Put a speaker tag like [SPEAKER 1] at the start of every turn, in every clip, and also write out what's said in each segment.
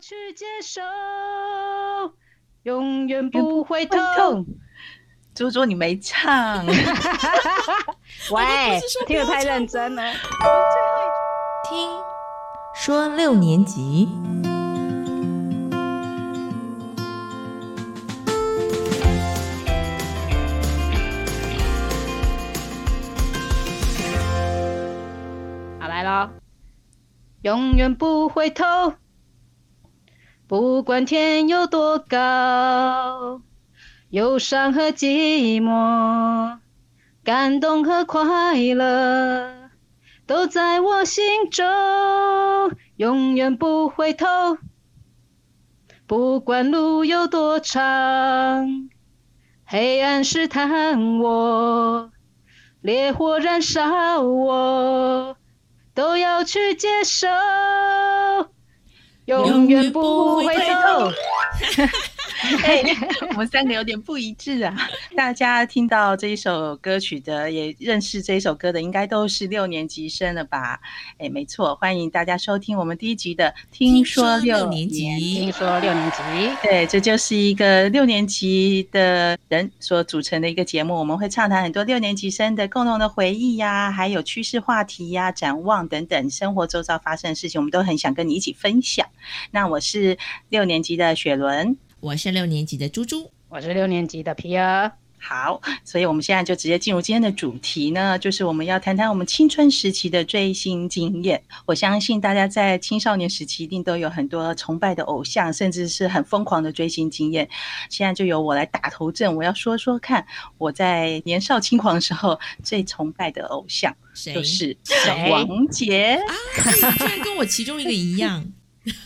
[SPEAKER 1] 去接受，永远不会痛。
[SPEAKER 2] 猪猪，你没唱，
[SPEAKER 1] 喂
[SPEAKER 3] 不是说，不
[SPEAKER 1] 听
[SPEAKER 3] 要
[SPEAKER 1] 得太
[SPEAKER 3] 唱
[SPEAKER 1] 认真了。
[SPEAKER 3] 听
[SPEAKER 4] 说六年级，
[SPEAKER 1] 好来喽，永远不回头，不管天有多高，忧伤和寂寞，感动和快乐，都在我心中，永远不回头。不管路有多长，黑暗试探我，烈火燃烧我。都要去接受，永远不回 头。
[SPEAKER 2] 哎， 我们三个有点不一致 啊。大家听到这一首歌曲的，也认识这一首歌的，应该都是六年级生了吧？哎，没错，欢迎大家收听我们第一集的《听说六年
[SPEAKER 4] 年
[SPEAKER 2] 级》。
[SPEAKER 1] 听
[SPEAKER 4] 级，
[SPEAKER 1] 说六年级，
[SPEAKER 2] 对，这就是一个六年级的人所组成的一个节目，我们会畅谈很多六年级生的共同的回忆呀、还有趋势话题呀、展望等等生活周遭发生的事情，我们都很想跟你一起分享。那我是六年级的雪伦。
[SPEAKER 4] 我是六年级的猪猪，
[SPEAKER 1] 我是六年级的皮儿。
[SPEAKER 2] 好，所以我们现在就直接进入今天的主题呢，就是我们要谈谈我们青春时期的追星经验。我相信大家在青少年时期一定都有很多崇拜的偶像，甚至是很疯狂的追星经验。现在就由我来打头阵，我要说说看我在年少轻狂的时候最崇拜的偶像
[SPEAKER 4] 谁？
[SPEAKER 2] 就是
[SPEAKER 1] 谁
[SPEAKER 2] 王杰。
[SPEAKER 4] 啊，你居然跟我其中一个 一样，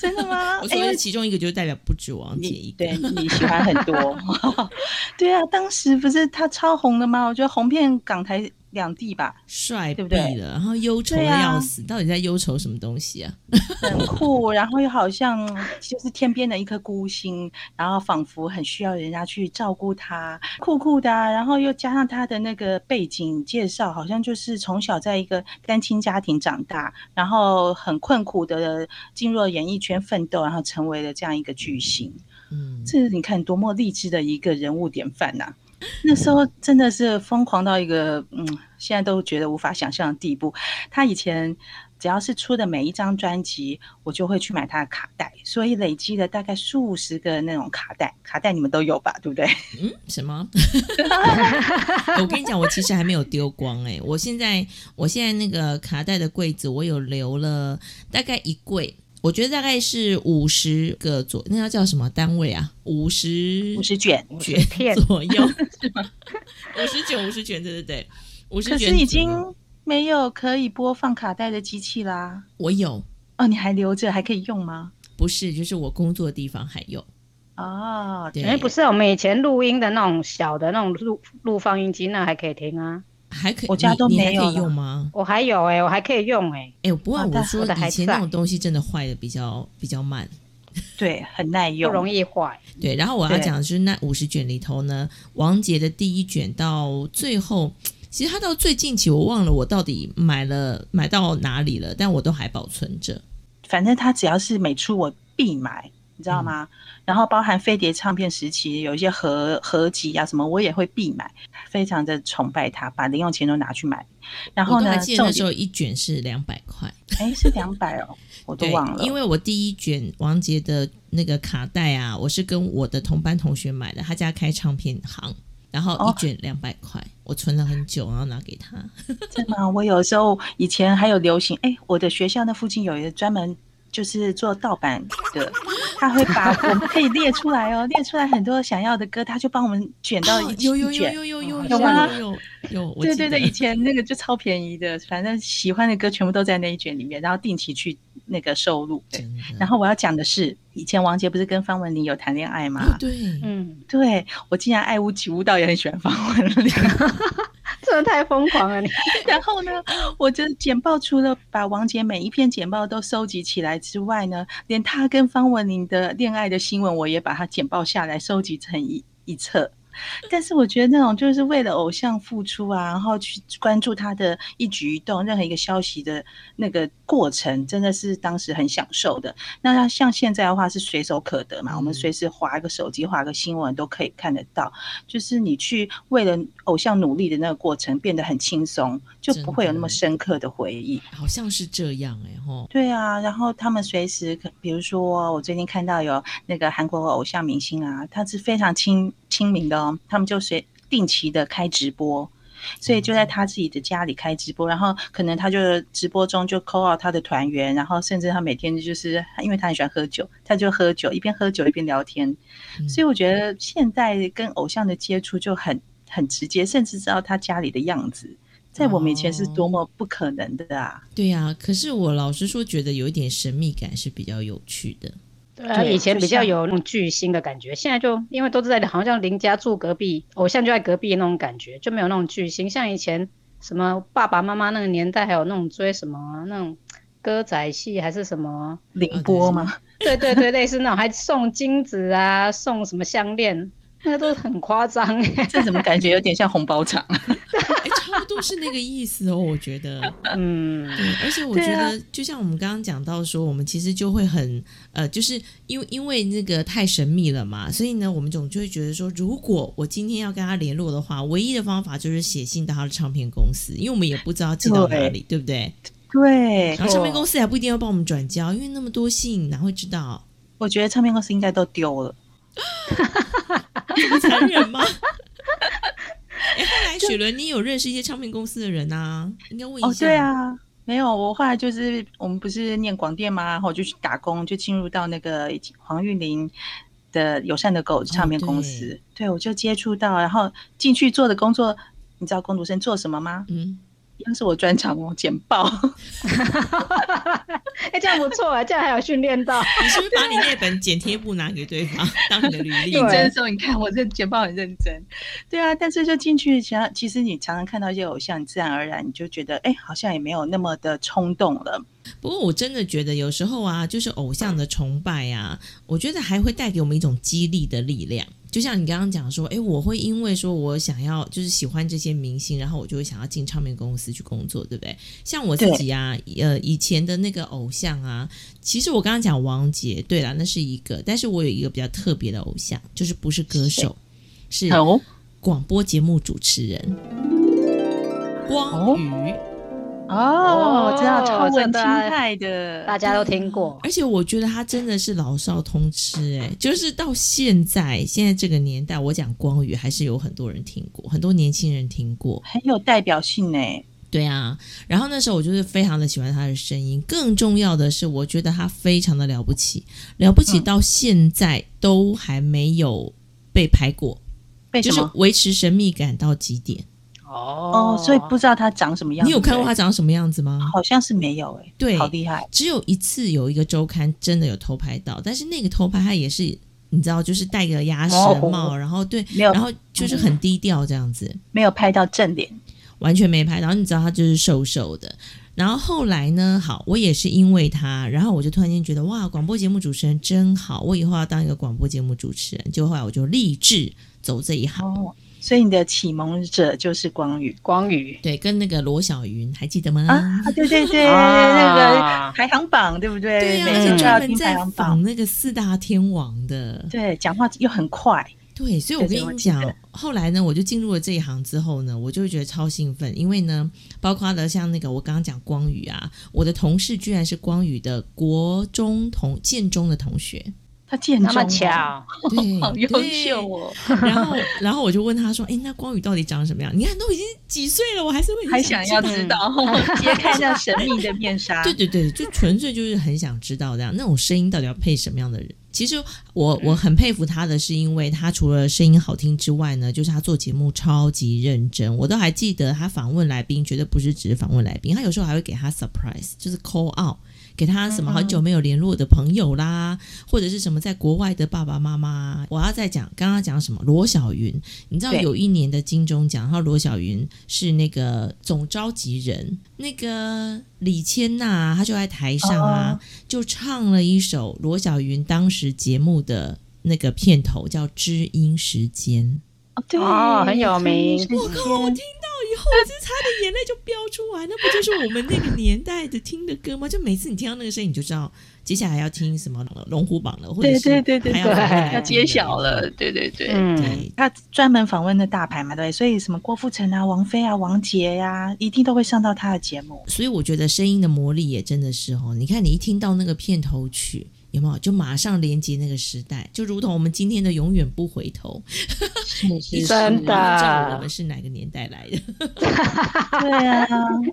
[SPEAKER 2] 真的吗？
[SPEAKER 4] 我
[SPEAKER 2] 哎
[SPEAKER 4] 说的其中一个就代表不止王杰一
[SPEAKER 2] 你
[SPEAKER 4] 个。
[SPEAKER 2] 哎对你喜欢很多， 对啊，当时不是他超红的吗？我觉得红遍港台两地吧。
[SPEAKER 4] 帅
[SPEAKER 2] 对
[SPEAKER 4] 毙
[SPEAKER 2] 不对
[SPEAKER 4] 了，然后忧愁的
[SPEAKER 2] 对啊
[SPEAKER 4] 要死，到底在忧愁什么东西啊？
[SPEAKER 2] 很酷，然后又好像就是天边的一颗孤星，然后仿佛很需要人家去照顾他，酷酷的啊、然后又加上他的那个背景介绍，好像就是从小在一个单亲家庭长大，然后很困苦的进入了演艺圈奋斗，然后成为了这样一个巨星。
[SPEAKER 4] 嗯，
[SPEAKER 2] 这你看多么励志的一个人物典范呐、那时候真的是疯狂到一个，嗯，现在都觉得无法想象的地步。他以前只要是出的每一张专辑，我就会去买他的卡带，所以累积了大概数十个那种卡带。卡带你们都有吧，对不对？
[SPEAKER 4] 嗯，什么？我跟你讲，我其实还没有丢光哎、我现在我现在那个卡带的柜子，我有留了大概一柜，我觉得大概是五十个左，那要叫什么单位啊？五十
[SPEAKER 2] 五十卷，
[SPEAKER 4] 卷
[SPEAKER 1] 片
[SPEAKER 4] 左 右是吗？五十卷，五十卷，对对对，五十
[SPEAKER 2] 可
[SPEAKER 4] 卷
[SPEAKER 2] 是已
[SPEAKER 4] 左右
[SPEAKER 2] 经没有可以播放卡带的机器啦。
[SPEAKER 4] 我有，
[SPEAKER 2] 哦，你还留着，还可以用吗？
[SPEAKER 4] 不是就是我工作的地方还有，
[SPEAKER 2] 哦，
[SPEAKER 4] 对，
[SPEAKER 1] 哎，不是我们以前录音的那种小的那种录录放音机，那还可以听啊。
[SPEAKER 4] 还可以，
[SPEAKER 2] 我家都
[SPEAKER 4] 你你
[SPEAKER 2] 没
[SPEAKER 4] 还
[SPEAKER 2] 有
[SPEAKER 4] 可以
[SPEAKER 2] 了
[SPEAKER 4] 用吗？
[SPEAKER 1] 我还有哎、我还可以用哎、
[SPEAKER 4] 哎、不过
[SPEAKER 2] 哦
[SPEAKER 4] 我
[SPEAKER 2] 但
[SPEAKER 4] 说
[SPEAKER 1] 我的还
[SPEAKER 4] 以前那
[SPEAKER 1] 在
[SPEAKER 4] 种东西真的坏的比较比较慢。
[SPEAKER 2] 对，很耐
[SPEAKER 1] 不
[SPEAKER 2] 用，
[SPEAKER 1] 容易坏。
[SPEAKER 4] 对，然后我要
[SPEAKER 2] 对
[SPEAKER 4] 讲的是那五十卷里头呢，王杰的第一卷到最后，其实他到最近期我忘了我到底买了买到哪里了，但我都还保存着。
[SPEAKER 2] 反正他只要是每出我必买，你知道吗？
[SPEAKER 4] 嗯
[SPEAKER 2] 然后包含飞碟唱片时期有一些合合集啊什么，我也会必买，非常的崇拜他，把零用钱都拿去买。然后
[SPEAKER 4] 我都
[SPEAKER 2] 呢，
[SPEAKER 4] 还记得那
[SPEAKER 2] 重
[SPEAKER 4] 时
[SPEAKER 2] 点
[SPEAKER 4] 候一卷是两百块，
[SPEAKER 2] 哎是两百 哦，我都
[SPEAKER 4] 对
[SPEAKER 2] 忘，了，
[SPEAKER 4] 因为我第一卷王杰的那个卡带啊，我是跟我的同班同学买的，他家开唱片行。然后
[SPEAKER 2] 哦
[SPEAKER 4] 一卷两百块，我存了很久，然后拿给他。
[SPEAKER 2] 真的啊，我有时候以前还有流行，哎，我的学校那附近有一个专门。就是做盗版 的，他会把我们可以列出来哦，列出来很多想要的歌，他就帮我们卷到一
[SPEAKER 4] 哦
[SPEAKER 2] 起
[SPEAKER 4] 有有有
[SPEAKER 2] 卷
[SPEAKER 4] 有有有有
[SPEAKER 1] 好
[SPEAKER 4] 有
[SPEAKER 2] 像
[SPEAKER 4] 有有，我
[SPEAKER 2] 对
[SPEAKER 4] 记
[SPEAKER 2] 对对，
[SPEAKER 4] 得
[SPEAKER 2] 以前那个就超便宜的，反正喜欢的歌全部都在那一卷里面，然后定期去那个收录。对，
[SPEAKER 4] 真的。
[SPEAKER 2] 然后我要讲的是，以前王杰不是跟方文琳有谈恋爱吗？
[SPEAKER 4] 哦对，
[SPEAKER 1] 嗯，
[SPEAKER 2] 对我竟然爱屋及乌到也很喜欢方文琳。
[SPEAKER 1] 真的太疯狂了你。
[SPEAKER 2] 然后呢，我就简报除了把王杰每一篇简报都收集起来之外呢，连他跟方文琳的恋爱的新闻，我也把它简报下来，收集成一一册。但是我觉得那种就是为了偶像付出啊，然后去关注他的一举一动，任何一个消息的那个过程真的是当时很享受的。那像现在的话是随手可得嘛，我们随时划个手机、划个新闻都可以看得到。就是你去为了偶像努力的那个过程变得很轻松，就不会有那么深刻的回忆。
[SPEAKER 4] 好像是这样哎、吼，
[SPEAKER 2] 对啊，然后他们随时可，比如说我最近看到有那个韩国偶像明星啊，他是非常亲亲民的哦，他们就随定期的开直播。所以就
[SPEAKER 1] 嗯
[SPEAKER 2] 在他自己的家里开直播，然后可能他就直播中就 call out 他的团员，然后甚至他每天就是因为他很喜欢喝酒，他就喝酒，一边喝酒一边聊天。
[SPEAKER 4] 嗯
[SPEAKER 2] 所以我觉得现在跟偶像的接触就很很直接，甚至知道他家里的样子，在我们以前是多
[SPEAKER 1] 哦
[SPEAKER 2] 么不可能的啊！
[SPEAKER 4] 对呀、可是我老实说，觉得有一点神秘感是比较有趣的。
[SPEAKER 1] 对啊，
[SPEAKER 2] 对
[SPEAKER 1] 以前
[SPEAKER 2] 就
[SPEAKER 1] 比较
[SPEAKER 2] 像
[SPEAKER 1] 有那种巨星的感觉，现在就因为都是在好像邻家住隔壁，偶像就在隔壁那种感觉，就没有那种巨星。像以前什么爸爸妈妈那个年代，还有那种追什么那种歌仔戏还是什么，
[SPEAKER 2] 凌波嘛，
[SPEAKER 1] 哦 对对对，类似那种还送金子啊，送什么项链，那个都很夸张、 欸。
[SPEAKER 2] 这怎么感觉有点像红包场？
[SPEAKER 4] 哎，差不多是那个意思哦，我觉得。
[SPEAKER 1] 嗯，
[SPEAKER 4] 对，而且我
[SPEAKER 2] 对
[SPEAKER 4] 觉
[SPEAKER 2] 啊
[SPEAKER 4] 得，就像我们刚刚讲到说，我们其实就会很呃，就是因为因为那个太神秘了嘛，所以呢，我们总就会觉得说，如果我今天要跟他联络的话，唯一的方法就是写信到他的唱片公司，因为我们也不知道寄到哪里，对不对？
[SPEAKER 2] 对，
[SPEAKER 4] 然后唱片公司还不一定要帮我们转交，因为那么多信，哪会知道？
[SPEAKER 2] 我觉得唱片公司应该都丢了。
[SPEAKER 4] 这么残忍吗？ 哎，后来雪伦，你有认识一些唱片公司的人啊？应该问一下。
[SPEAKER 2] 哦，对，啊，没有，我后来就是我们不是念广电嘛，然后我就去打工，就进入到那个黄韵玲的友善的狗唱片公司，哦对我就接触到，然后进去做的工作，你知道工读生做什么吗？
[SPEAKER 4] 嗯，
[SPEAKER 2] 一样是我专长哦，简报。
[SPEAKER 1] 哎、这样不错啊，这样还有训练 到。
[SPEAKER 4] 你是不是把你那本剪贴簿拿给对方当你的履历？
[SPEAKER 1] 对
[SPEAKER 2] 认真的时候，你看我这简报很认真，对啊，但是就进去，其实其实你常常看到一些偶像，你自然而然你就觉得，哎、好像也没有那么的冲动了。
[SPEAKER 4] 不过我真的觉得有时候啊，就是偶像的崇拜啊，我觉得还会带给我们一种激励的力量。就像你刚刚讲说，诶，我会因为说我想要就是喜欢这些明星，然后我就会想要进唱片公司去工作，对不对？像我自己啊，呃，以前的那个偶像啊，其实我刚刚讲王杰，对啦，那是一个，但是我有一个比较特别的偶像，就是不是歌手，是
[SPEAKER 2] 哦，
[SPEAKER 4] 广播节目主持人光宇。
[SPEAKER 2] 哦，我知道超文
[SPEAKER 1] 真
[SPEAKER 2] 青
[SPEAKER 1] 的啊
[SPEAKER 2] 派的，
[SPEAKER 1] 大家都听过，
[SPEAKER 4] 而且我觉得他真的是老少通吃、欸，就是到现在现在这个年代，我讲光宇还是有很多人听过，很多年轻人听过，
[SPEAKER 2] 很有代表性呢、
[SPEAKER 4] 对啊。然后那时候我就是非常的喜欢他的声音，更重要的是，我觉得他非常的了不起，了不
[SPEAKER 2] 嗯
[SPEAKER 4] 起到现在都还没有被拍过，
[SPEAKER 2] 为
[SPEAKER 4] 就
[SPEAKER 2] 什
[SPEAKER 4] 是
[SPEAKER 2] 么？
[SPEAKER 4] 维持神秘感到极点。
[SPEAKER 1] 哦
[SPEAKER 2] 哦，所以不知道他长什么样子。
[SPEAKER 4] 你有看过他
[SPEAKER 2] 对
[SPEAKER 4] 长什么样子吗
[SPEAKER 2] 不对？？好像是没有哎、
[SPEAKER 4] 对
[SPEAKER 2] 好厉害。
[SPEAKER 4] 只有一次有一个周刊真的有偷拍到，但是那个偷拍他也是你知道，就是戴个鸭舌
[SPEAKER 2] 模
[SPEAKER 4] 帽，然后对，
[SPEAKER 2] 没有
[SPEAKER 4] 然后就是很低调这样子，
[SPEAKER 2] 没有拍到正脸，
[SPEAKER 4] 完全没拍。然后你知道他就是瘦瘦的。然后后来呢？好，我也是因为他，然后我就突然间觉得哇，广播节目主持人真好，我以后要当一个广播节目主持人。就后来我就立志走这一行。
[SPEAKER 2] 哦，所以你的启蒙者就是光宇
[SPEAKER 1] 光宇
[SPEAKER 4] 对，跟那个罗小云还记得吗？
[SPEAKER 2] 啊，对对 对，那个
[SPEAKER 1] 啊
[SPEAKER 2] 排行榜对不对？
[SPEAKER 4] 对呀、
[SPEAKER 2] 每
[SPEAKER 4] 而
[SPEAKER 2] 次
[SPEAKER 4] 且
[SPEAKER 2] 都
[SPEAKER 4] 专
[SPEAKER 2] 要
[SPEAKER 4] 门
[SPEAKER 2] 听排
[SPEAKER 4] 在
[SPEAKER 2] 行榜
[SPEAKER 4] 仿，那个四大天王的。
[SPEAKER 2] 对，讲话又很快，
[SPEAKER 4] 对，所以我
[SPEAKER 2] 这
[SPEAKER 4] 跟
[SPEAKER 2] 是我
[SPEAKER 4] 你
[SPEAKER 2] 记得
[SPEAKER 4] 讲，后来呢，我就进入了这一行之后呢，我就会觉得超兴奋，因为呢，包括了像那个我刚刚讲光宇啊，我的同事居然是光宇的国中同建中的同 学，
[SPEAKER 2] 他见
[SPEAKER 1] 那么
[SPEAKER 2] 中哦，
[SPEAKER 1] 巧，
[SPEAKER 4] 对，
[SPEAKER 2] 好优
[SPEAKER 4] 对
[SPEAKER 2] 秀。哦，
[SPEAKER 4] 然后，然后我就问他说：“哎，那光宇到底长什么样？你看都已经几岁了，我还是会很
[SPEAKER 2] 还想
[SPEAKER 4] 知
[SPEAKER 2] 要
[SPEAKER 4] 道
[SPEAKER 2] 知道， 揭开那神秘的面纱。
[SPEAKER 4] 对对对，嗯就纯粹就是很想知道这样那种声音到底要配什么样的人。其实我我很佩服他的，是因为他除了声音好听之外呢，就是他做节目超级认真。我都还记得他访问来宾，绝对不是只是访问来宾，他有时候还会给他 surprise，就是 call out，给他什么很久没有联络的朋友啦，或者是什么在国外的爸爸妈妈。我要再讲刚刚讲什么罗小云，你知道
[SPEAKER 2] 对
[SPEAKER 4] 有一年的金钟奖，然后罗小云是那个总召集人，那个李千娜啊、她就在台上啊，就唱了一首罗小云当时节目的那个片头，叫《知音时间
[SPEAKER 2] 哦对
[SPEAKER 1] 哦很有名
[SPEAKER 2] 我
[SPEAKER 4] 靠我听》。到以后，我
[SPEAKER 2] 呃
[SPEAKER 4] 就差点眼泪就飙出来，那不就是我们那个年代的听的歌吗？就每次你听到那个声音，你就知道接下来要听什么了龙虎榜了，或者
[SPEAKER 2] 对对
[SPEAKER 4] 是
[SPEAKER 2] 对对
[SPEAKER 4] 还
[SPEAKER 2] 对，
[SPEAKER 4] 要访问
[SPEAKER 2] 要
[SPEAKER 4] 来
[SPEAKER 2] 揭
[SPEAKER 4] 宾的
[SPEAKER 2] 晓了，。对对对。
[SPEAKER 1] 嗯，
[SPEAKER 4] 对，
[SPEAKER 2] 他专门访问的大牌嘛，对，所以什么郭富城啊、王菲啊、王杰呀、一定都会上到他的节目。
[SPEAKER 4] 所以我觉得声音的魔力也真的是哦，你看你一听到那个片头曲。有没有就马上连接那个时代，就如同我们今天的永远不回头， 一直
[SPEAKER 1] 真的
[SPEAKER 4] 依照我们是哪个年代来的？
[SPEAKER 2] 对啊，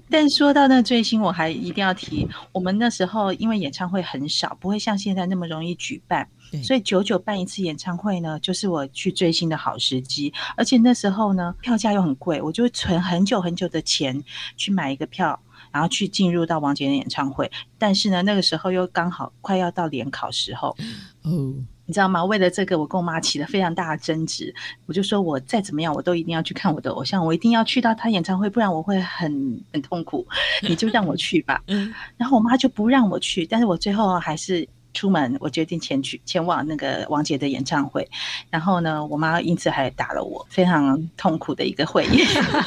[SPEAKER 2] 但说到那追星，我还一定要提，我们那时候因为演唱会很少，不会像现在那么容易举办，
[SPEAKER 4] 对，
[SPEAKER 2] 所以久久办一次演唱会呢，就是我去追星的好时机。而且那时候呢，票价又很贵，我就会存很久很久的钱去买一个票。然后去进入到王杰的演唱会，但是呢，那个时候又刚好快要到联考时候，
[SPEAKER 4] 哦，
[SPEAKER 2] 你知道吗？为了这个，我跟我妈起了非常大的争执。我就说，我再怎么样，我都一定要去看我的偶像，我一定要去到他演唱会，不然我会很很痛苦。你就让我去吧。
[SPEAKER 4] 嗯，
[SPEAKER 2] 然后我妈就不让我去，但是我最后啊还是出门，我决定前去前往那个王杰的演唱会。然后呢，我妈因此还打了我，非常痛苦的一个回忆，
[SPEAKER 1] 嗯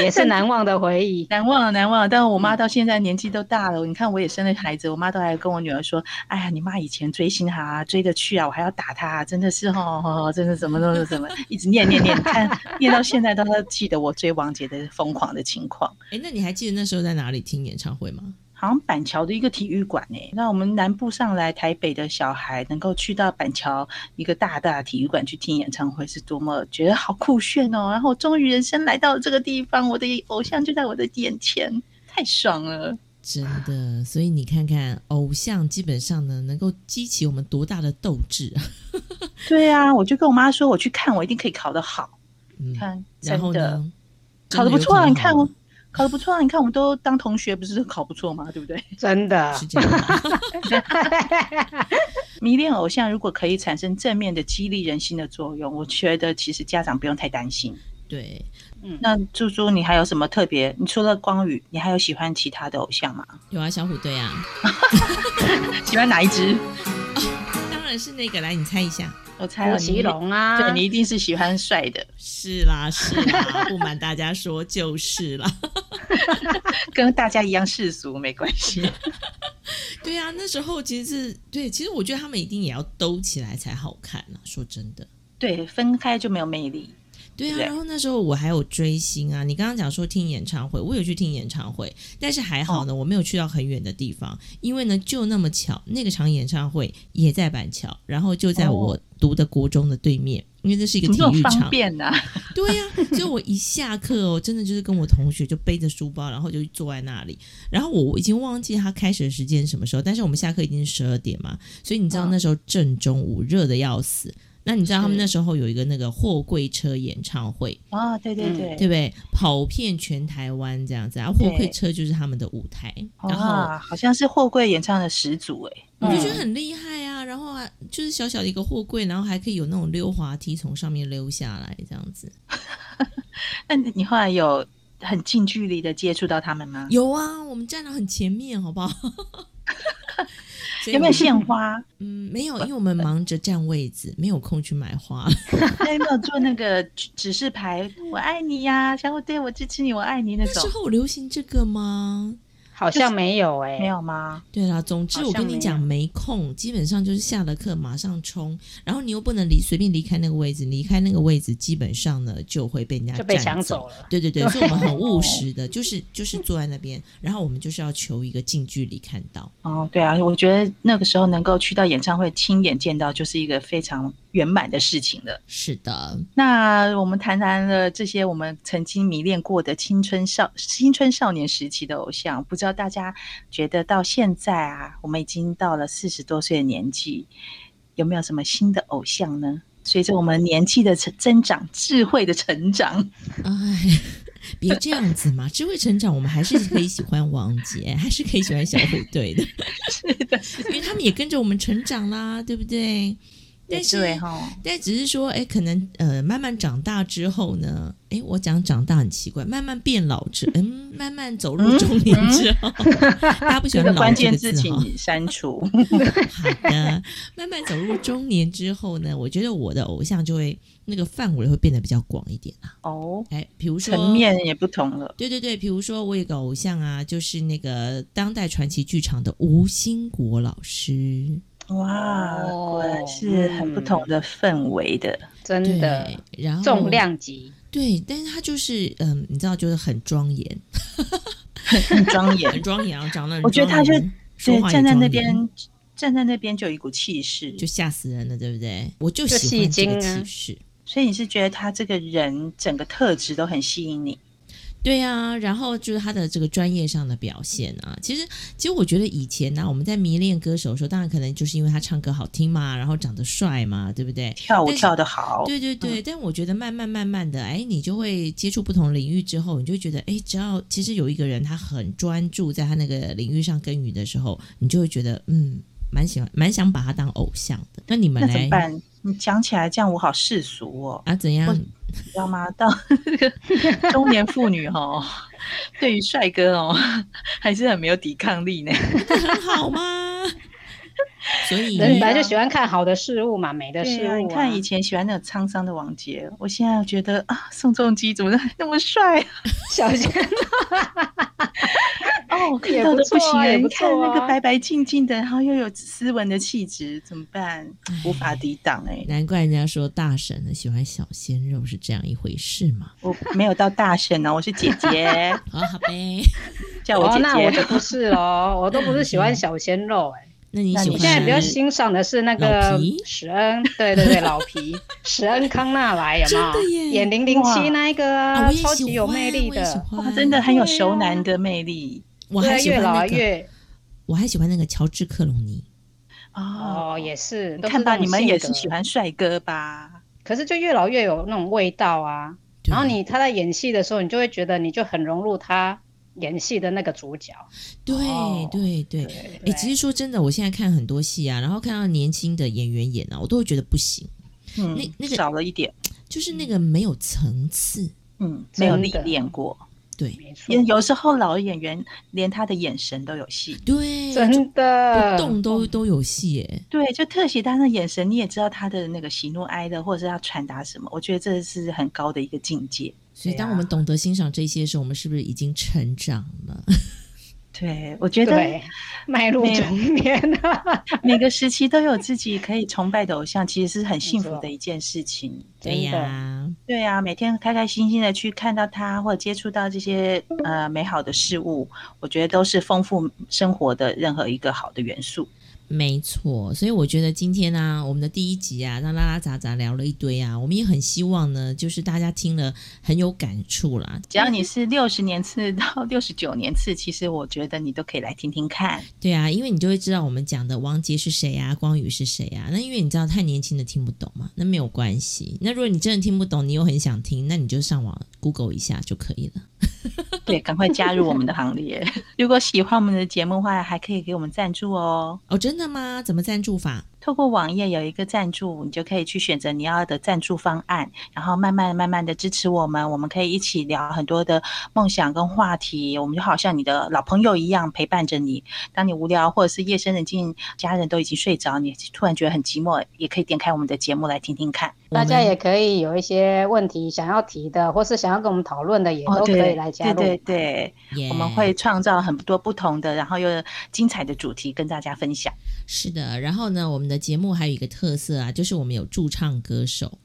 [SPEAKER 1] 也是难忘的回忆。
[SPEAKER 2] 难忘啊难忘。但我妈到现在年纪都大了，你看我也生了孩子，我妈都还跟我女儿说：“哎呀，你妈以前追星哈、追得去啊，我还要打她、真的是哦，真的怎么怎么怎么，一直念念念，你看念到现在都还记得我追王杰的疯狂的情况。”
[SPEAKER 4] 哎，那你还记得那时候在哪里听演唱会吗？
[SPEAKER 2] 好像板桥的一个体育馆诶、那我们南部上来台北的小孩能够去到板桥一个大大的体育馆去听演唱会，是多么觉得好酷炫哦！然后终于人生来到这个地方，我的偶像就在我的眼前，太爽了！
[SPEAKER 4] 真的，所以你看看，偶像基本上呢，能够激起我们多大的斗志啊！
[SPEAKER 2] 对啊，我就跟我妈说，我去看，我一定可以考得好。
[SPEAKER 4] 嗯，
[SPEAKER 2] 看，
[SPEAKER 4] 然后
[SPEAKER 2] 真的
[SPEAKER 4] 呢，
[SPEAKER 2] 考得不
[SPEAKER 4] 真有
[SPEAKER 2] 错
[SPEAKER 4] 可
[SPEAKER 2] 啊！
[SPEAKER 4] 能
[SPEAKER 2] 你看
[SPEAKER 4] 好
[SPEAKER 2] 我考得不错啊！你看我们都当同学，不是都考不错吗？对不对？
[SPEAKER 1] 真的，
[SPEAKER 4] 是这样吗，
[SPEAKER 2] 迷恋偶像如果可以产生正面的激励人心的作用，我觉得其实家长不用太担心。
[SPEAKER 4] 对，
[SPEAKER 2] 那猪猪，你还有什么特别？你除了光宇，你还有喜欢其他的偶像吗？
[SPEAKER 4] 有啊，小虎队啊，
[SPEAKER 2] 喜欢哪一支？
[SPEAKER 4] 当然是那个，来你猜一下，
[SPEAKER 2] 我猜
[SPEAKER 1] 郭
[SPEAKER 2] 了，
[SPEAKER 1] 奇
[SPEAKER 2] 你
[SPEAKER 1] 隆啊，
[SPEAKER 2] 对你一定是喜欢帅的，
[SPEAKER 4] 是啦，是啦，不瞒大家说就是啦。
[SPEAKER 2] 跟大家一样世俗没关系。
[SPEAKER 4] 对啊，那时候其实是对，其实我觉得他们一定也要兜起来才好看啦。说真的，
[SPEAKER 2] 对，分开就没有魅力。
[SPEAKER 4] 对啊。
[SPEAKER 2] 对
[SPEAKER 4] 然后那时候我还有追星啊，你刚刚讲说听演唱会，我有去听演唱会，但是还
[SPEAKER 2] 哦
[SPEAKER 4] 好呢，我没有去到很远的地方，因为呢就那么巧，那个场演唱会也在板桥，然后就在
[SPEAKER 2] 哦
[SPEAKER 4] 我读的国中的对面，因为这是一个
[SPEAKER 2] 怎么这么
[SPEAKER 4] 体育
[SPEAKER 2] 方
[SPEAKER 4] 场。
[SPEAKER 2] 便啊呢、
[SPEAKER 4] 对呀、 所以我一下课哦，真的就是跟我同学就背着书包，然后就坐在那里。然后我已经忘记他开始的时间是什么时候，但是我们下课已经十二点嘛，所以你知道
[SPEAKER 2] 嗯
[SPEAKER 4] 那时候正中午热的要死。那你知道他们
[SPEAKER 2] 是
[SPEAKER 4] 那时候有一个那个货柜车演唱会，
[SPEAKER 2] 啊？ 哦，对对
[SPEAKER 1] 嗯
[SPEAKER 2] 对，
[SPEAKER 4] 对不对？跑遍全台湾这样子，然后货柜车就是他们的舞台，然后
[SPEAKER 2] 哇，好像是货柜演唱的始祖哎、
[SPEAKER 4] 我就
[SPEAKER 2] 哦
[SPEAKER 4] 觉
[SPEAKER 2] 嗯
[SPEAKER 4] 得很厉害啊。然后啊，就是小小的一个货柜，然后还可以有那种溜滑梯从上面溜下来这样子。
[SPEAKER 2] 那你后来有很近距离的接触到他们吗？
[SPEAKER 4] 有啊，我们站到很前面，好不好？所以
[SPEAKER 2] 有没
[SPEAKER 4] 我
[SPEAKER 2] 有
[SPEAKER 4] 们
[SPEAKER 2] 献花？
[SPEAKER 4] 嗯，没有，因为我们忙着占位子，没有空去买花。
[SPEAKER 2] 有没有做那个指指示牌？我爱你呀、小虎队，我支持你，我爱你那
[SPEAKER 4] 那时
[SPEAKER 2] 种？
[SPEAKER 4] 候流行这个吗？
[SPEAKER 1] 好像没有哎、
[SPEAKER 2] 没有吗？
[SPEAKER 4] 对啦，总之
[SPEAKER 1] 好
[SPEAKER 4] 我
[SPEAKER 1] 像
[SPEAKER 4] 跟你
[SPEAKER 1] 没
[SPEAKER 4] 讲，
[SPEAKER 1] 有
[SPEAKER 4] 没空，基本上就是下了课马上冲，然后你又不能离随便离开那个位置，离开那个位置基本上呢就会被人家
[SPEAKER 1] 就被
[SPEAKER 4] 占
[SPEAKER 1] 抢
[SPEAKER 4] 走
[SPEAKER 1] 走了。
[SPEAKER 4] 对对对，所以我们很务实 的，就是就是坐在那边，然后我们就是要求一个近距离看到。
[SPEAKER 2] 哦，对啊，我觉得那个时候能够去到演唱会，亲眼见到就是一个非常圆满的事情了。
[SPEAKER 4] 是的，
[SPEAKER 2] 那我们谈谈了这些我们曾经迷恋过的青春少青春少年时期的偶像，不知道大家觉得到现在啊，我们已经到了四十多岁的年纪，有没有什么新的偶像呢？随着我们年纪的成增长，智慧的成长，
[SPEAKER 4] 哎，别这样子嘛！智慧成长，我们还是可以喜欢王杰，还是可以 喜欢小虎队的，
[SPEAKER 2] 是的，
[SPEAKER 4] 因为他们也跟着我们成长啦，对不对？
[SPEAKER 2] 也
[SPEAKER 4] 但是
[SPEAKER 1] 啊
[SPEAKER 2] 对哈，
[SPEAKER 4] 但只是说，哎，可能呃，慢慢长大之后呢，哎，我讲长大很奇怪，慢慢变老 之，嗯，慢慢走入中年之后，大家不喜
[SPEAKER 2] 嗯这
[SPEAKER 4] 欢
[SPEAKER 2] 个
[SPEAKER 4] 老
[SPEAKER 2] 关
[SPEAKER 4] 这
[SPEAKER 2] 键
[SPEAKER 4] 个
[SPEAKER 2] 字
[SPEAKER 4] 字哈。
[SPEAKER 2] 请删除。
[SPEAKER 4] 好的，慢慢走入中年之后呢，我觉得我的偶像就会那个范围会变得比较广一点啊。
[SPEAKER 2] 哦，
[SPEAKER 4] 哎，比如说
[SPEAKER 2] 层面也不同 了。
[SPEAKER 4] 对对对，比如说我有个偶像啊，就是那个当代传奇剧场的吴兴国老师，
[SPEAKER 2] 哇，
[SPEAKER 1] 哦
[SPEAKER 2] 果然是很不同的氛围 的。
[SPEAKER 1] 真的
[SPEAKER 2] 哦
[SPEAKER 4] 对，然后
[SPEAKER 1] 重量级，
[SPEAKER 4] 对，但是他就是嗯，你知道，就是很庄严，
[SPEAKER 2] 很嗯庄严
[SPEAKER 4] 很。庄严啊，长得很
[SPEAKER 2] 我觉得他
[SPEAKER 4] 庄严
[SPEAKER 2] 就
[SPEAKER 4] 说
[SPEAKER 2] 对，
[SPEAKER 4] 话也
[SPEAKER 2] 站在那
[SPEAKER 4] 庄严
[SPEAKER 2] 边，站在那边就有一股气势。
[SPEAKER 4] 就吓死人了，对不对？我就
[SPEAKER 1] 就
[SPEAKER 4] 喜欢
[SPEAKER 1] 戏
[SPEAKER 4] 这个
[SPEAKER 1] 精啊
[SPEAKER 4] 气势。
[SPEAKER 2] 所以你是觉得他这个人整个特质都很吸引你？
[SPEAKER 4] 对啊，然后就是他的这个专业上的表现啊，其实其实我觉得以前呢、我们在迷恋歌手的时候，当然可能就是因为他唱歌好听嘛，然后长得帅嘛，对不对？
[SPEAKER 2] 跳舞
[SPEAKER 4] 但是
[SPEAKER 2] 跳得好，
[SPEAKER 4] 对对
[SPEAKER 2] 嗯
[SPEAKER 4] 对，但我觉得慢慢慢慢的，哎，你就会接触不同领域之后，你就会觉得，哎，只要其实有一个人他很专注在他那个领域上耕耘的时候，你就会觉得，嗯，蛮喜欢，蛮想把他当偶像的。那你们
[SPEAKER 2] 那怎么
[SPEAKER 4] 来
[SPEAKER 2] 办？你讲起来这样，我好世俗哦，
[SPEAKER 4] 啊？怎样？
[SPEAKER 2] 你知道吗？到 这 个中年妇女哦，对于帅哥哦，还是很没有抵抗力呢。
[SPEAKER 4] 很好吗？所以
[SPEAKER 1] 人本来就喜欢看好的事物嘛，美的事
[SPEAKER 2] 对啊，
[SPEAKER 1] 物
[SPEAKER 2] 你
[SPEAKER 1] 啊。
[SPEAKER 2] 看以前喜欢那种沧桑的王杰，我现在觉得啊，宋仲基怎么那 么帅啊？
[SPEAKER 1] 小鲜
[SPEAKER 2] 哦，我
[SPEAKER 1] 也
[SPEAKER 2] 看到
[SPEAKER 1] 不
[SPEAKER 2] 的
[SPEAKER 1] 错
[SPEAKER 2] 行
[SPEAKER 1] 啊也
[SPEAKER 2] 哎，
[SPEAKER 1] 不
[SPEAKER 2] 你看
[SPEAKER 1] 错
[SPEAKER 2] 那个
[SPEAKER 1] 啊
[SPEAKER 2] 白白净净的，然后又有斯文的气质，怎么办？无法
[SPEAKER 4] 哎
[SPEAKER 2] 抵挡哎。
[SPEAKER 4] 难怪人家说大婶很喜欢小鲜肉是这样一回事嘛。
[SPEAKER 2] 我没有到大神哦，我是姐姐，
[SPEAKER 4] 好好呗，
[SPEAKER 2] 叫我
[SPEAKER 1] 哦，
[SPEAKER 2] 姐
[SPEAKER 1] 那我就
[SPEAKER 2] 姐。
[SPEAKER 1] 不是喽，我都不是喜欢小鲜肉哎、
[SPEAKER 4] 那你
[SPEAKER 2] 那
[SPEAKER 4] 喜
[SPEAKER 2] 你
[SPEAKER 4] 欢
[SPEAKER 1] 我现在比较
[SPEAKER 2] 喜
[SPEAKER 1] 欣赏的是那
[SPEAKER 4] 老
[SPEAKER 1] 个
[SPEAKER 4] 皮
[SPEAKER 1] 史恩，对对对，老皮，史恩康纳莱有没有
[SPEAKER 4] 真的耶？
[SPEAKER 1] 演零零七
[SPEAKER 2] 哇
[SPEAKER 1] 那一个
[SPEAKER 4] 啊，
[SPEAKER 1] 啊，
[SPEAKER 4] 我也
[SPEAKER 1] 超
[SPEAKER 4] 喜
[SPEAKER 1] 级有
[SPEAKER 4] 欢
[SPEAKER 1] 魅力
[SPEAKER 4] 我也喜
[SPEAKER 1] 哦的。
[SPEAKER 4] 欢
[SPEAKER 2] 哇，真的很有熟男的魅力
[SPEAKER 4] 我
[SPEAKER 1] 对啊
[SPEAKER 4] 还喜
[SPEAKER 1] 越
[SPEAKER 4] 欢
[SPEAKER 1] 老啊
[SPEAKER 4] 那个，
[SPEAKER 1] 越
[SPEAKER 4] 我还喜欢那个乔治克隆尼。
[SPEAKER 2] 哦。
[SPEAKER 1] 哦，也是，都是
[SPEAKER 2] 看
[SPEAKER 1] 那
[SPEAKER 2] 吧，
[SPEAKER 1] 种
[SPEAKER 2] 你们也是
[SPEAKER 1] 性格
[SPEAKER 2] 喜，欢帅哥吧？
[SPEAKER 1] 可是就越老越有那种味道啊。
[SPEAKER 4] 对
[SPEAKER 1] 然后你他在演戏的时候，你就会觉得你就很融入他演戏的那个主角。
[SPEAKER 4] 对
[SPEAKER 2] 哦
[SPEAKER 4] 对对，
[SPEAKER 2] 对
[SPEAKER 4] 哎、其实说真的，我现在看很多戏啊，然后看到年轻的演员演啊，我都会觉得不行，
[SPEAKER 2] 嗯
[SPEAKER 4] 那，那个
[SPEAKER 2] 少了一点，
[SPEAKER 4] 就是那个没有层次。
[SPEAKER 2] 嗯，没
[SPEAKER 1] 真
[SPEAKER 2] 有
[SPEAKER 1] 的
[SPEAKER 2] 历练过。
[SPEAKER 4] 对
[SPEAKER 1] 没错
[SPEAKER 2] 也，有时候老演员连他的眼神都有戏，
[SPEAKER 4] 对，就
[SPEAKER 1] 真的哦
[SPEAKER 4] 不动都都有戏哎、
[SPEAKER 2] 对，就特写他的眼神，你也知道他的那个喜怒哀乐，或者是要传达什么。我觉得这是很高的一个境界。
[SPEAKER 4] 所以
[SPEAKER 1] 对
[SPEAKER 4] 当
[SPEAKER 1] 啊
[SPEAKER 4] 我们懂得欣赏这些的时候，我们是不是已经成长了？
[SPEAKER 2] 对，我觉得
[SPEAKER 1] 对，迈入
[SPEAKER 2] 没有
[SPEAKER 1] 中年啊了，
[SPEAKER 2] 每个时期都有自己可以崇拜的偶像，其实是很幸福
[SPEAKER 1] 错
[SPEAKER 2] 的一件事情。
[SPEAKER 4] 对
[SPEAKER 1] 真
[SPEAKER 4] 呀、
[SPEAKER 1] 的。
[SPEAKER 2] 对啊，每天开开心心的去看到他，或者接触到这些呃美好的事物，我觉得都是丰富生活的任何一个好的元素。
[SPEAKER 4] 没错，所以我觉得今天呢、我们的第一集啊，让拉拉杂杂聊了一堆啊，我们也很希望呢，就是大家听了很有感触啦。
[SPEAKER 2] 只要你是六十年次到六十九年次，其实我觉得你都可以来听听看。
[SPEAKER 4] 对啊，因为你就会知道我们讲的王杰是谁啊，光宇是谁啊。那因为你知道太年轻的听不懂嘛，那没有关系。那如果你真的听不懂，你又很想听，那你就上网 Google 一下就可以了。
[SPEAKER 2] 对，赶快加入我们的行列。 如果喜欢我们的节目的话，还可以给我们赞助哦。
[SPEAKER 4] 哦，真的吗？怎么赞助法？
[SPEAKER 2] 透过网页有一个赞助，你就可以去选择你要的赞助方案，然后慢慢慢慢的支持我们，我们可以一起聊很多的梦想跟话题，我们就好像你的老朋友一样陪伴着你。当你无聊或者是夜深人静，家人都已经睡着，你突然觉得很寂寞，也可以点开我们的节目来听听看。
[SPEAKER 1] 大家
[SPEAKER 4] 我们
[SPEAKER 1] 也可以有一些问题想要提的，或是想要跟我们讨论的，也哦都可以来加入。
[SPEAKER 2] 对对对，
[SPEAKER 4] 耶
[SPEAKER 2] 我们会创造很多不同的，然后又精彩的主题跟大家分享。
[SPEAKER 4] 是的。然后呢，我们的节目还有一个特色啊，就是我们有驻唱歌手。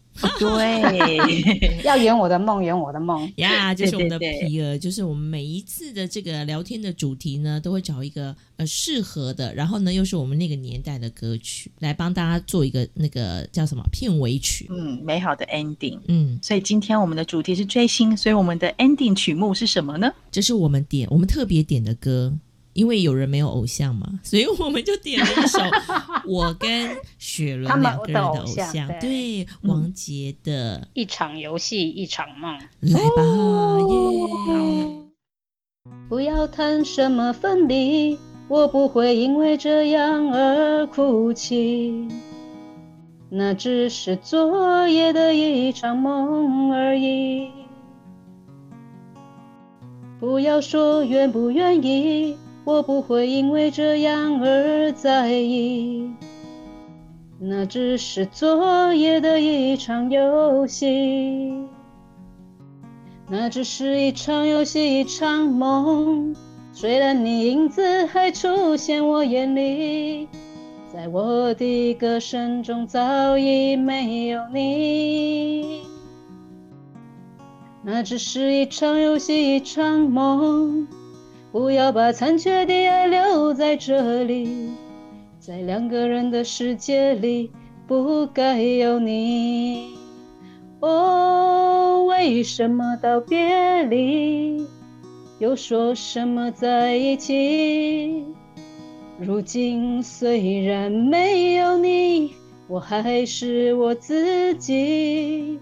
[SPEAKER 2] 对，
[SPEAKER 1] 要圆我的梦，圆我的梦。
[SPEAKER 4] 呀就是我们的
[SPEAKER 2] 对对对
[SPEAKER 4] 皮儿，就是我们每一次的这个聊天的主题呢，都会找一个呃适合的，然后呢又是我们那个年代的歌曲来帮大家做一个那个叫什么片尾曲。
[SPEAKER 2] 嗯，美好的 ending。
[SPEAKER 4] 嗯，
[SPEAKER 2] 所以今天我们的主题是追星，所以我们的 ending 曲目是什么呢？
[SPEAKER 4] 这是我们点我们特别点的歌，因为有人没有偶像嘛，所以我们就点了一首我跟雪
[SPEAKER 1] 他
[SPEAKER 4] 伦
[SPEAKER 1] 们
[SPEAKER 4] 两个人的
[SPEAKER 1] 的偶
[SPEAKER 4] 偶
[SPEAKER 1] 像
[SPEAKER 4] 像，对
[SPEAKER 1] 对
[SPEAKER 4] 王杰的
[SPEAKER 1] 一场游戏，一场梦。
[SPEAKER 4] 来吧耶。
[SPEAKER 1] 不要谈什么分离，我不会因为这样而哭泣。那只是昨夜的一场梦而已。不要说愿不愿意，我不会因为这样而在意。那只是昨夜的一场游戏，那只是一场游戏，一场梦。虽然你影子还出现我眼里，在我的歌声中早已没有你。那只是一场游戏，一场梦，不要把残缺的爱留在这里，在两个人的世界里，不该有你。哦，为什么到别离？又说什么在一起？如今虽然没有你，我还是我自己。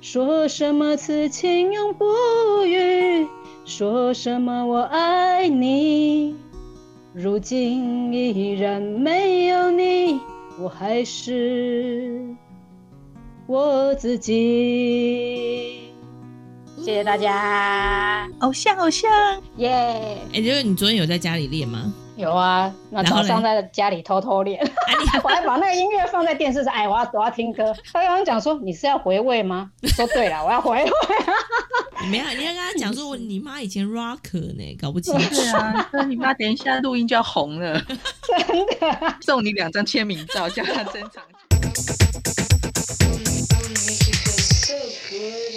[SPEAKER 1] 说什么此情永不渝？说什么我爱你？如今依然没有你，我还是我自己。谢谢大家，
[SPEAKER 2] 偶像偶像，
[SPEAKER 1] 耶、
[SPEAKER 4] 哎、就是你昨天有在家里练吗？啊
[SPEAKER 1] 有啊，那
[SPEAKER 4] 然后
[SPEAKER 1] 早
[SPEAKER 4] 嘞
[SPEAKER 1] 上在家里偷偷练，我还把那个音乐放在电视上，哎，我要我要听歌。他刚刚讲说你是要回味吗？说对了，我要回味。
[SPEAKER 4] 你没有，你要跟他讲说，我你妈以前 rocker 呢，搞不清楚。
[SPEAKER 2] 对啊， 那你妈等一下录音就要红了，
[SPEAKER 1] 真的，
[SPEAKER 2] 送你两张签名照，叫她珍藏。
[SPEAKER 5] It's so good.